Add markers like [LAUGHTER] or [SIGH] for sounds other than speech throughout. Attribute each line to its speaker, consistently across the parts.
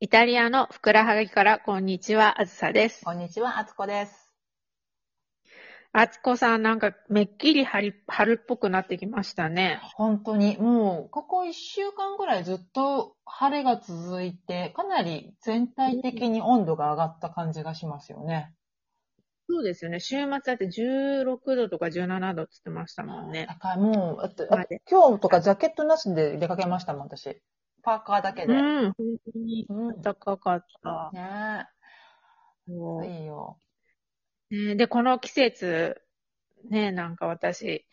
Speaker 1: イタリアのふくらはぎからこんにちは、あずさです。
Speaker 2: こんにちは、あつこです。
Speaker 1: あつこさん、なんかめっきり春春っぽくなってきましたね。
Speaker 2: 本当に、もう、ここ1週間ぐらいずっと晴れが続いて、かなり全体的に温度が上がった感じがしますよね。
Speaker 1: そうですよね。週末だって16度とか17度って言ってましたもんね。
Speaker 2: 高い、もう、だって、
Speaker 1: まあ
Speaker 2: あ今日とかジャケットなしで出かけましたもん、私。パーカーだけ
Speaker 1: う
Speaker 2: で。
Speaker 1: ん、本当に
Speaker 2: うん
Speaker 1: 高かった。
Speaker 2: ね
Speaker 1: そう
Speaker 2: え、いいよ。
Speaker 1: ねで、この季節、ね、なんか私、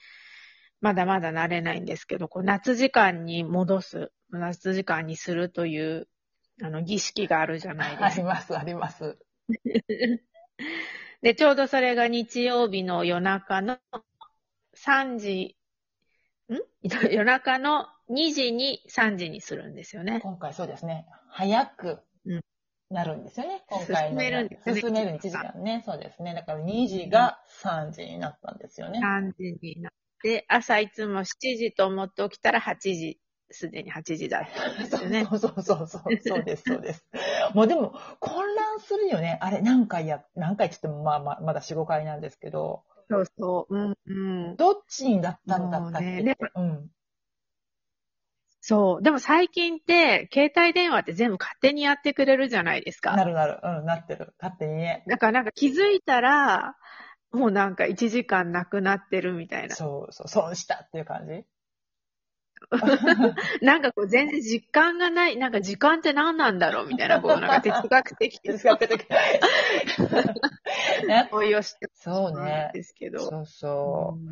Speaker 1: まだまだ慣れないんですけど、こう夏時間に戻す、夏時間にするという、あの、儀式があるじゃないです
Speaker 2: あ
Speaker 1: か
Speaker 2: ります、あります。
Speaker 1: で、ちょうどそれが日曜日の夜中の3時、ん [LAUGHS] 夜中の2時に3時にするんですよね。
Speaker 2: 今回そうですね。早く
Speaker 1: うん
Speaker 2: なるんですよね。今回
Speaker 1: 進
Speaker 2: の
Speaker 1: めるんですね
Speaker 2: 進める1時間ね。そうですね。だから2時が3時になったんですよね。
Speaker 1: 3時になって、朝いつも7時と思って起きたら8時、すでに8時だったんですよね。
Speaker 2: [LAUGHS] そうそうそうそう、そうです、そうです。もうでも、混乱するよね。あれ、何回や、何回って言っても、まあまあ、まだ4、5回なんですけど、
Speaker 1: そうそう。うんうん。
Speaker 2: どっちにだったんだったっけ
Speaker 1: も
Speaker 2: っ
Speaker 1: う
Speaker 2: て、
Speaker 1: ね
Speaker 2: うん。
Speaker 1: そう。でも最近って、携帯電話って全部勝手にやってくれるじゃないです
Speaker 2: な
Speaker 1: か。
Speaker 2: るなる、うん、なってる。勝手にね。
Speaker 1: だからなんか気づいたら、もうなんか1時間なくなってるみたいな。
Speaker 2: そうそう、損したっていう
Speaker 1: [LAUGHS]
Speaker 2: 感じ。
Speaker 1: なんかこう全然実感がない、なんか時間って何なんだろうみたいな、こうなんか哲学的な
Speaker 2: 哲学的。ね、
Speaker 1: 問いをして
Speaker 2: そう
Speaker 1: た
Speaker 2: ね
Speaker 1: ん。ですけど。
Speaker 2: そうそう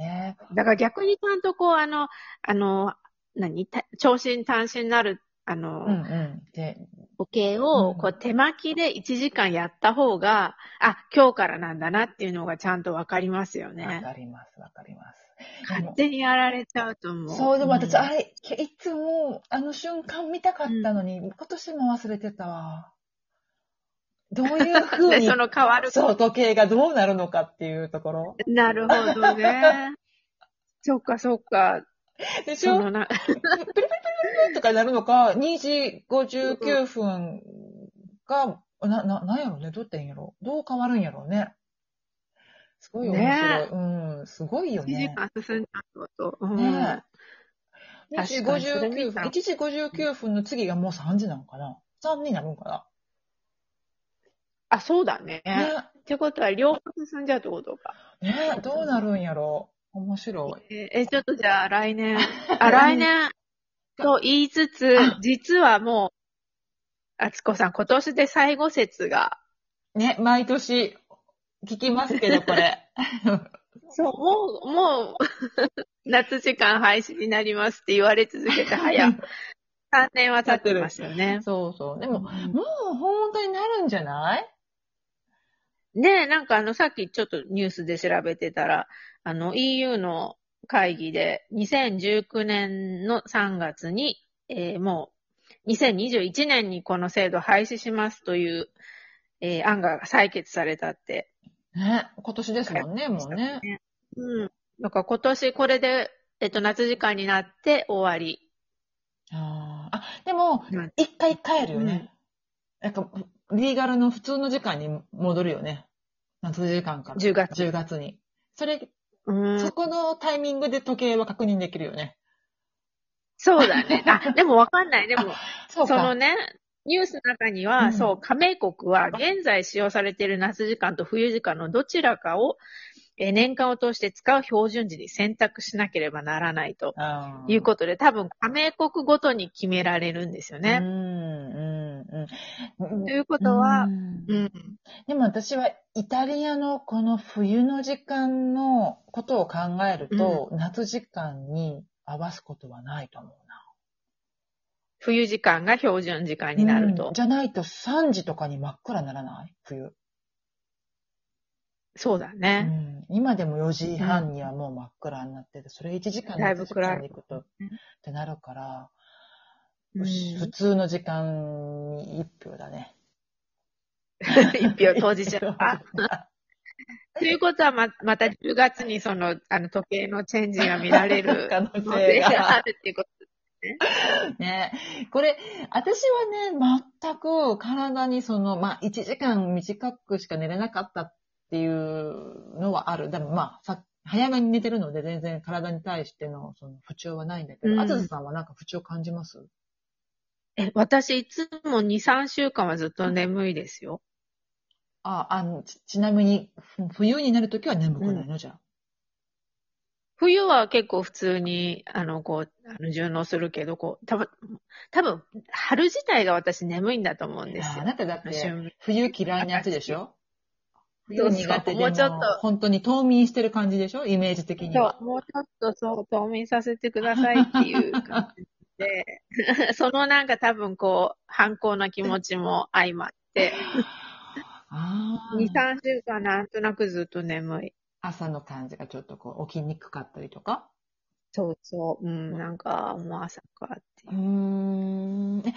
Speaker 2: う。ね、
Speaker 1: んだから逆にちゃんとこう、あの、あの、何た長身短身になる、あの、
Speaker 2: うんうん。で、
Speaker 1: 時計を、
Speaker 2: うん
Speaker 1: こう手巻きで1時間やった方が、あ、今日からなんだなっていうのがちゃんとわかりますよ
Speaker 2: わ
Speaker 1: ね。
Speaker 2: かります、わかります。
Speaker 1: 勝手にやられちゃうと思う。
Speaker 2: そう、でも私、
Speaker 1: うん
Speaker 2: あれ、けいつも、あの瞬間見たかったのに、今年も忘れてたわ。どういう風
Speaker 1: で
Speaker 2: に
Speaker 1: そ、の変わる
Speaker 2: そう、時計がどうなるのかっていうと
Speaker 1: [LAUGHS]
Speaker 2: ころ。
Speaker 1: なるほど
Speaker 2: [LAUGHS]
Speaker 1: ね。そっかそっか。
Speaker 2: でし
Speaker 1: そ
Speaker 2: ょ
Speaker 1: のな、
Speaker 2: とかなるのか、2時59分が、な、な、なんやろね、どうやってんやろ。どう変わるんやろうね。すごい面白い。
Speaker 1: ね
Speaker 2: うん、すごいよ
Speaker 1: 1時
Speaker 2: ね。
Speaker 1: 間進んだこと。うん
Speaker 2: ね
Speaker 1: え
Speaker 2: 2時
Speaker 1: 確かにそれ見
Speaker 2: 59
Speaker 1: た
Speaker 2: 分、1時59分の次がもう3時なのかな ?3 になるんか
Speaker 1: あ、そうだね。
Speaker 2: なね
Speaker 1: ってことは、両方進んじゃうってことか。
Speaker 2: ねえ、どうなるんやろ面白い。
Speaker 1: えーえちょっとじゃあ、来年。 [LAUGHS] あ、来年。と言いつつ、実はもう、あつこさん、今年で最後説が。
Speaker 2: ね、毎年聞きますけど、これ。
Speaker 1: そう、もう、もう、 [LAUGHS] 夏時間廃止になりますって言われ続けて早 [LAUGHS] 3年は経ってますよね。
Speaker 2: [LAUGHS] そうそう。でも、もう本当になるんじゃない
Speaker 1: ねえ、なんかあの、さっきちょっとニュースで調べてたら、あの、EU の会議で、2019年の3月に、えーもう、2021年にこの制度廃止しますという、えー案が採決されたって。
Speaker 2: ね、今年ですもんね、もうね。
Speaker 1: うん。だから今年これで、えっと、夏時間になって終わり。
Speaker 2: あーあ、でも
Speaker 1: うん、
Speaker 2: 一回帰るよね。なんか、リーガルの普通の時間に戻るよね。夏時間から。
Speaker 1: 10月
Speaker 2: 10月に。それ、
Speaker 1: うん
Speaker 2: そ。このタイミングで時計は確認できるよね。
Speaker 1: そうだね。あ、でもわかんない。でも、
Speaker 2: そう
Speaker 1: そ
Speaker 2: か。
Speaker 1: のね、ニュースの中には、
Speaker 2: うん
Speaker 1: そう、加盟国は現在使用されている夏時間と冬時間のどちらかを、えー年間を通して使う標準時に選択しなければならないと
Speaker 2: あー
Speaker 1: いうことで、多分加盟国ごとに決められるんですよ
Speaker 2: う
Speaker 1: ね。
Speaker 2: ん、うん、うん。
Speaker 1: ということは
Speaker 2: う、
Speaker 1: うんん。
Speaker 2: でも私はイタリアのこの冬の時間のことを考えると、夏時間に合わすことはないと思うな。
Speaker 1: 冬時間が標準時間になると。
Speaker 2: うんじゃないと3時とかに真っ暗ならない冬、
Speaker 1: そうだ
Speaker 2: う
Speaker 1: ね。
Speaker 2: ん。今でも4時半にはもう真っ暗になってて、それ1時間
Speaker 1: だいぶ
Speaker 2: 夏時間
Speaker 1: 暗い
Speaker 2: に行くとってなるから、
Speaker 1: うん
Speaker 2: 普通の時間に1票だね。
Speaker 1: [LAUGHS] 一票投
Speaker 2: [LAUGHS]
Speaker 1: じちゃった。ということはま、また10月にその、あの、時計のチェンジが見られる
Speaker 2: [LAUGHS] 可能
Speaker 1: の
Speaker 2: 性
Speaker 1: で、
Speaker 2: が
Speaker 1: あるっていうこと
Speaker 2: ね。これ、私はね、全く体にその、まあ、1時間短くしか寝れなかったっていうのはある。でもまあ、さ早めに寝てるので全然体に対してのその不調はないんだけ
Speaker 1: うん
Speaker 2: ど、あつずさんはなんか不調感じます
Speaker 1: え、私いつも2、3週間はずっと眠いですよ。
Speaker 2: あ、あの、ちちなみに、ふ冬になるときは眠くないの、じゃあ。
Speaker 1: 冬は結構普通に、あの、こう、あの順応するけど、こう、多分多分春自体が私眠いんだと思うんです
Speaker 2: ああ
Speaker 1: よ。
Speaker 2: なただって、
Speaker 1: 春
Speaker 2: 冬嫌いなやつでしょ
Speaker 1: そ
Speaker 2: 冬
Speaker 1: うそう
Speaker 2: 苦手で
Speaker 1: も
Speaker 2: も
Speaker 1: うちょっと
Speaker 2: 本当に冬眠してる感じでしょイメージ的には
Speaker 1: そ。う、もうちょっとそう、冬眠させてくださいっていう感じで、 [LAUGHS] そのなんか多分こう、反抗な気持ちも相まって、
Speaker 2: あー
Speaker 1: 2、3週間なんとなくずっと眠い。
Speaker 2: 朝の感じがちょっとこう起きにくかったりとか。
Speaker 1: そうそう、うん、なんかもう朝かっていう
Speaker 2: ーん。え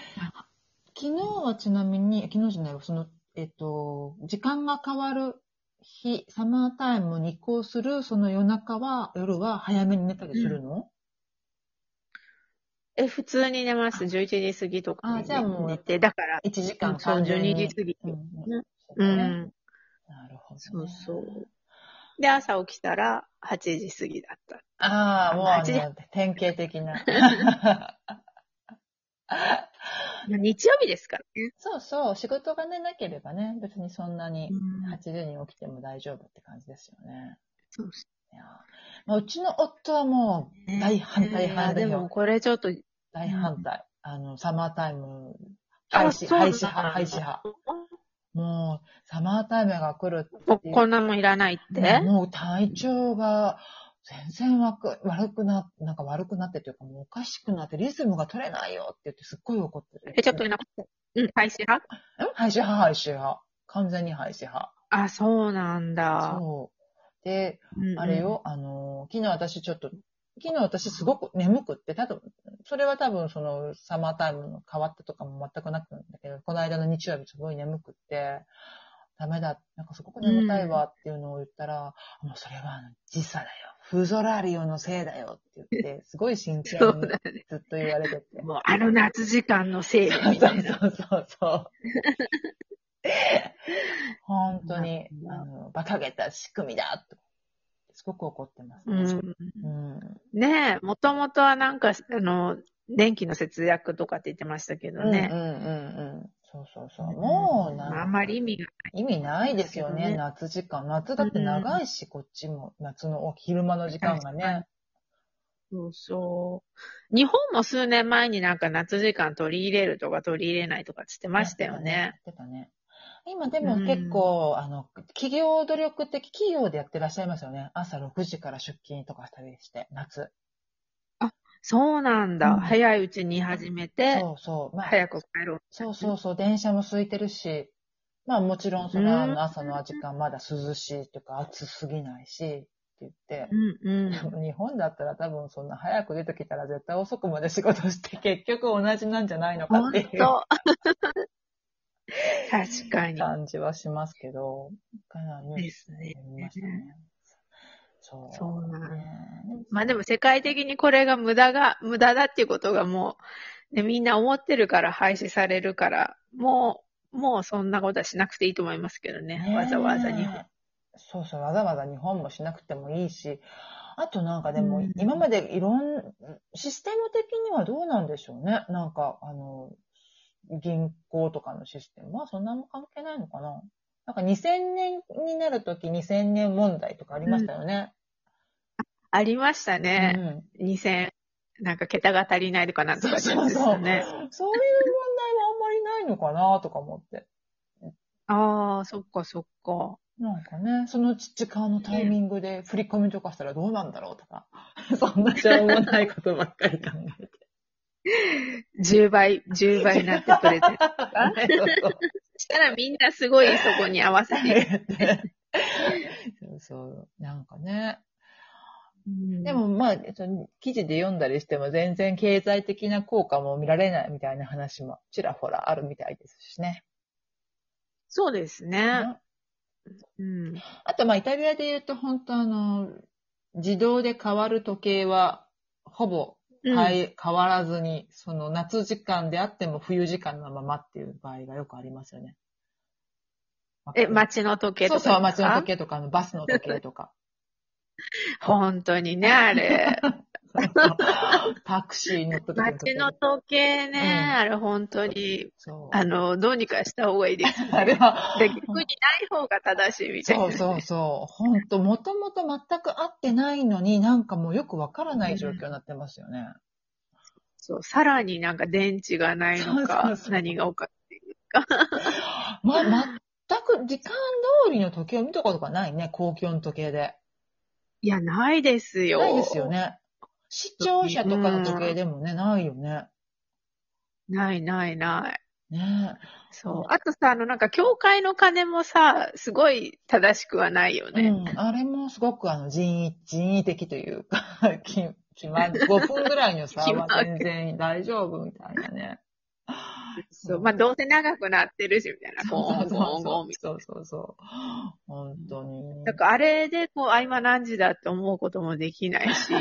Speaker 2: 昨日はちなみに、昨日じゃないわ、その、えっと、時間が変わる日、サマータイムに移行する、その夜中は、夜は早めに寝たりするの、
Speaker 1: え、普通に寝ます。11時過ぎとかに
Speaker 2: あじゃあもう
Speaker 1: 寝て、だから、
Speaker 2: ?1 時間
Speaker 1: そう、
Speaker 2: 完全に。
Speaker 1: 12時過ぎ。
Speaker 2: うん。
Speaker 1: う
Speaker 2: なる
Speaker 1: ん。
Speaker 2: ほど、ね。
Speaker 1: そうそう。で、朝起きたら8時過ぎだった。
Speaker 2: ああ、もうあ
Speaker 1: 8時
Speaker 2: の、典型的な。
Speaker 1: まあ日曜日ですからね。
Speaker 2: [LAUGHS] そうそう、仕事がね、なければね、別にそんなに
Speaker 1: うん
Speaker 2: 8時に起きても大丈夫って感じですよね。
Speaker 1: そうそ
Speaker 2: いやーまあ、うちの夫はも
Speaker 1: う
Speaker 2: う
Speaker 1: ね
Speaker 2: 大反対
Speaker 1: まあ
Speaker 2: 派だ
Speaker 1: で
Speaker 2: よ。
Speaker 1: もこれちょっと、
Speaker 2: 大反対。あの、サマータイム、
Speaker 1: あ
Speaker 2: 廃止、
Speaker 1: そうな
Speaker 2: 廃
Speaker 1: ん
Speaker 2: 止
Speaker 1: だ
Speaker 2: 派、廃止派。もう、サマータイムが来る
Speaker 1: も
Speaker 2: って
Speaker 1: う
Speaker 2: いう
Speaker 1: こんなもんいらないって。
Speaker 2: もう体調が全然わく悪くな、なんか悪くなってというか、もうおかしくなってリズムが取れないよって言ってすっごい怒ってる。
Speaker 1: え、ちょっといなかった。うん、廃止派
Speaker 2: うん廃止派、廃止派。完全に廃止派。
Speaker 1: あ、そうなんだ。
Speaker 2: そう。で、
Speaker 1: うんうん
Speaker 2: あれ。よ、あの、昨日私ちょっと、昨日私すごく眠くって、たぶん、それは多分そのサマータイムの変わったとかも全くなくんだけど、この間の日曜日すごい眠くって、ダメだ、なんかすごく眠たいわっていうのを言ったら、もうそれはあの時差だよ。フゾラリオのせいだよって言って、すごい真剣
Speaker 1: そ
Speaker 2: に
Speaker 1: うだね。
Speaker 2: ずっと言われてて。
Speaker 1: もうあの夏時間のせいで
Speaker 2: [LAUGHS] そう
Speaker 1: みたいな。
Speaker 2: そうそうそう。本当に、あの、馬鹿げた仕組みだとすごく怒ってます、
Speaker 1: う
Speaker 2: ね。
Speaker 1: ん。
Speaker 2: うん。
Speaker 1: ねえ、もともとはなんか、あの、電気の節約とかって言ってましたけど
Speaker 2: うんうんうん
Speaker 1: ね。
Speaker 2: うん。そうそうそう。もう、
Speaker 1: まああ
Speaker 2: なん
Speaker 1: んまり意味が
Speaker 2: 意味ないですよね、
Speaker 1: ね
Speaker 2: 夏時間。夏だって長いし、こっちも、夏のお昼間の時間がね。
Speaker 1: そうそう。日本も数年前になんか夏時間取り入れるとか取り入れないとかっつってましたよ
Speaker 2: やっ
Speaker 1: ね。
Speaker 2: てたね。今でも結構、あの、企業努力的企業でやってらっしゃいますよね。朝6時から出勤とかしたりして、夏。
Speaker 1: そうなんだ。
Speaker 2: うん
Speaker 1: 早いうちに始めて、
Speaker 2: そうそう。まあ、
Speaker 1: 早く帰ろう。
Speaker 2: そうそうそう、電車も空いてるし、まあもちろんそれはあ
Speaker 1: うん
Speaker 2: の朝の時間まだ涼しいというか暑すぎないしって言って
Speaker 1: う、んうん。
Speaker 2: [LAUGHS] でも日本だったら多分そんな早く出てきたら絶対遅くまで仕
Speaker 1: [LAUGHS]
Speaker 2: 事して結局同じなんじゃないのか
Speaker 1: ほ
Speaker 2: っ
Speaker 1: ん
Speaker 2: て
Speaker 1: と
Speaker 2: い。う
Speaker 1: [LAUGHS] 確か
Speaker 2: [LAUGHS]
Speaker 1: に。
Speaker 2: 感じはしますけど、かな
Speaker 1: で
Speaker 2: り
Speaker 1: すね。
Speaker 2: 思いましたね。そう。
Speaker 1: そうなんだ
Speaker 2: ね
Speaker 1: まあでも世界的にこれが無駄が、無駄だっていうことがもう、ね、みんな思ってるから廃止されるから、もう、もうそんなことはしなくていいと思いますけどね。
Speaker 2: ねえ
Speaker 1: わざわざ日本。。
Speaker 2: そうそう、わざわざ日本もしなくてもいいし、あとなんかでも、
Speaker 1: うん
Speaker 2: 今までいろん、システム的にはどうなんでしょうね。なんか、あの、銀行とかのシステムはそんなも関係ないのかな。なんか2000年になるとき2000年問題とかありましたよね。
Speaker 1: ありました
Speaker 2: う
Speaker 1: ね。
Speaker 2: ん。
Speaker 1: 2000、なんか桁が足りないとかなんとかってやつですよね。
Speaker 2: そういう問題はあんまりないのかなとか思って。
Speaker 1: ああ、そっかそっか。
Speaker 2: なんかね、その時間のタイミングで振り込みとかしたらどうなんだろうとか、 [LAUGHS] そんなしょうもないことばっかり考えて。
Speaker 1: 10倍、10倍になって
Speaker 2: [LAUGHS]
Speaker 1: くれて。
Speaker 2: ねそうそう
Speaker 1: したらみんなすごいそこに合わせ
Speaker 2: [LAUGHS]
Speaker 1: て。
Speaker 2: そうそう。なんかね。
Speaker 1: うん
Speaker 2: でもまあ、その記事で読んだりしても全然経済的な効果も見られないみたいな話もちらほらあるみたいですしね。
Speaker 1: そうですね。うん。
Speaker 2: あとまあ、イタリアで言うと本当あの、自動で変わる時計はほぼ
Speaker 1: うん
Speaker 2: はい、変わらずに、その夏時間であっても冬時間のままっていう場合がよくありますよね。
Speaker 1: え、街の時計
Speaker 2: そ
Speaker 1: と
Speaker 2: う
Speaker 1: か。
Speaker 2: そう、街の時計とか、あのバスの時計
Speaker 1: [LAUGHS]
Speaker 2: とか。
Speaker 1: 本当にね、あれ。
Speaker 2: タクシーに乗った時の時
Speaker 1: 街
Speaker 2: 計
Speaker 1: の時計ね、
Speaker 2: うん
Speaker 1: あれ本当に、
Speaker 2: そう。
Speaker 1: あの、どうにかした方がいいです。
Speaker 2: あれは、
Speaker 1: [LAUGHS] で逆にない方が正しいみたいな。
Speaker 2: そうそうそう。ほんと、もともと全く合ってないのになんかもうよくわからない状況になってますよね。
Speaker 1: そう、さらになんか電池がないのか、
Speaker 2: そうそうそう
Speaker 1: 何がおかしい。
Speaker 2: ま、全く時間通りの時計を見たことがないね、公共の時計で。
Speaker 1: いや、ないですよ。
Speaker 2: ないですよ。ね。視聴者とかの時計でもね、ないよね。
Speaker 1: ないないない。
Speaker 2: ね
Speaker 1: そう。あとさ、あの、なんか、教会の鐘もさ、すごい正しくはないよ
Speaker 2: う
Speaker 1: ね。
Speaker 2: ん。あれもすごくあの人為、人為的というか、 [LAUGHS] き決まる。5分ぐらいの
Speaker 1: [LAUGHS]
Speaker 2: 差は全然大丈夫みたいなね。
Speaker 1: そう。まあ、どうせ長くなってるし、みたいな。ゴーンゴーンゴーンみたい
Speaker 2: [LAUGHS] そうそうそう。本当に。
Speaker 1: な。だから、あれで、こう、あ、今何時だって思うこともできないし。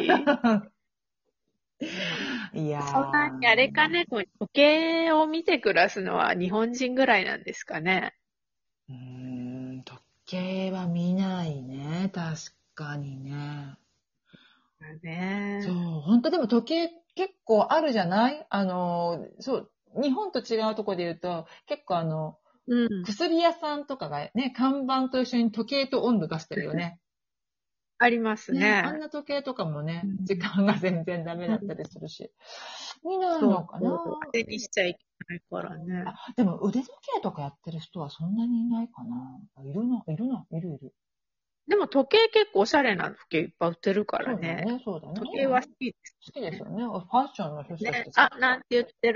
Speaker 2: いやー
Speaker 1: そんなにあれか。ね、こう時計を見て暮らすのは日本人ぐらいなんですかね。
Speaker 2: うーん、時計は見ないね。確かにね。
Speaker 1: ね
Speaker 2: そう、本当でも時計結構あるじゃないあの、そう、日本と違うとこで言うと、結構あの、
Speaker 1: うん。
Speaker 2: 薬屋さんとかがね、看板と一緒に時計と温度出してるよね。
Speaker 1: あります [LAUGHS] ね。
Speaker 2: あんな時計とかもね
Speaker 1: う、ん
Speaker 2: 時間が全然ダメだったりするし。見ない
Speaker 1: そう
Speaker 2: のかな
Speaker 1: 当てにしちゃいけないからね。
Speaker 2: あでも腕時計とかやってる人はそんなにいないかな。あいるな、いるな、いるいる。
Speaker 1: でも時計結構おしゃれな時計いっぱい売ってるか
Speaker 2: そ
Speaker 1: ら
Speaker 2: うだ
Speaker 1: ね。
Speaker 2: ね、そうだね。
Speaker 1: 時計は好きで
Speaker 2: 好きですよね。ファッションの人た
Speaker 1: す
Speaker 2: ち
Speaker 1: ね
Speaker 2: で。すよ
Speaker 1: あ、なんて言ってる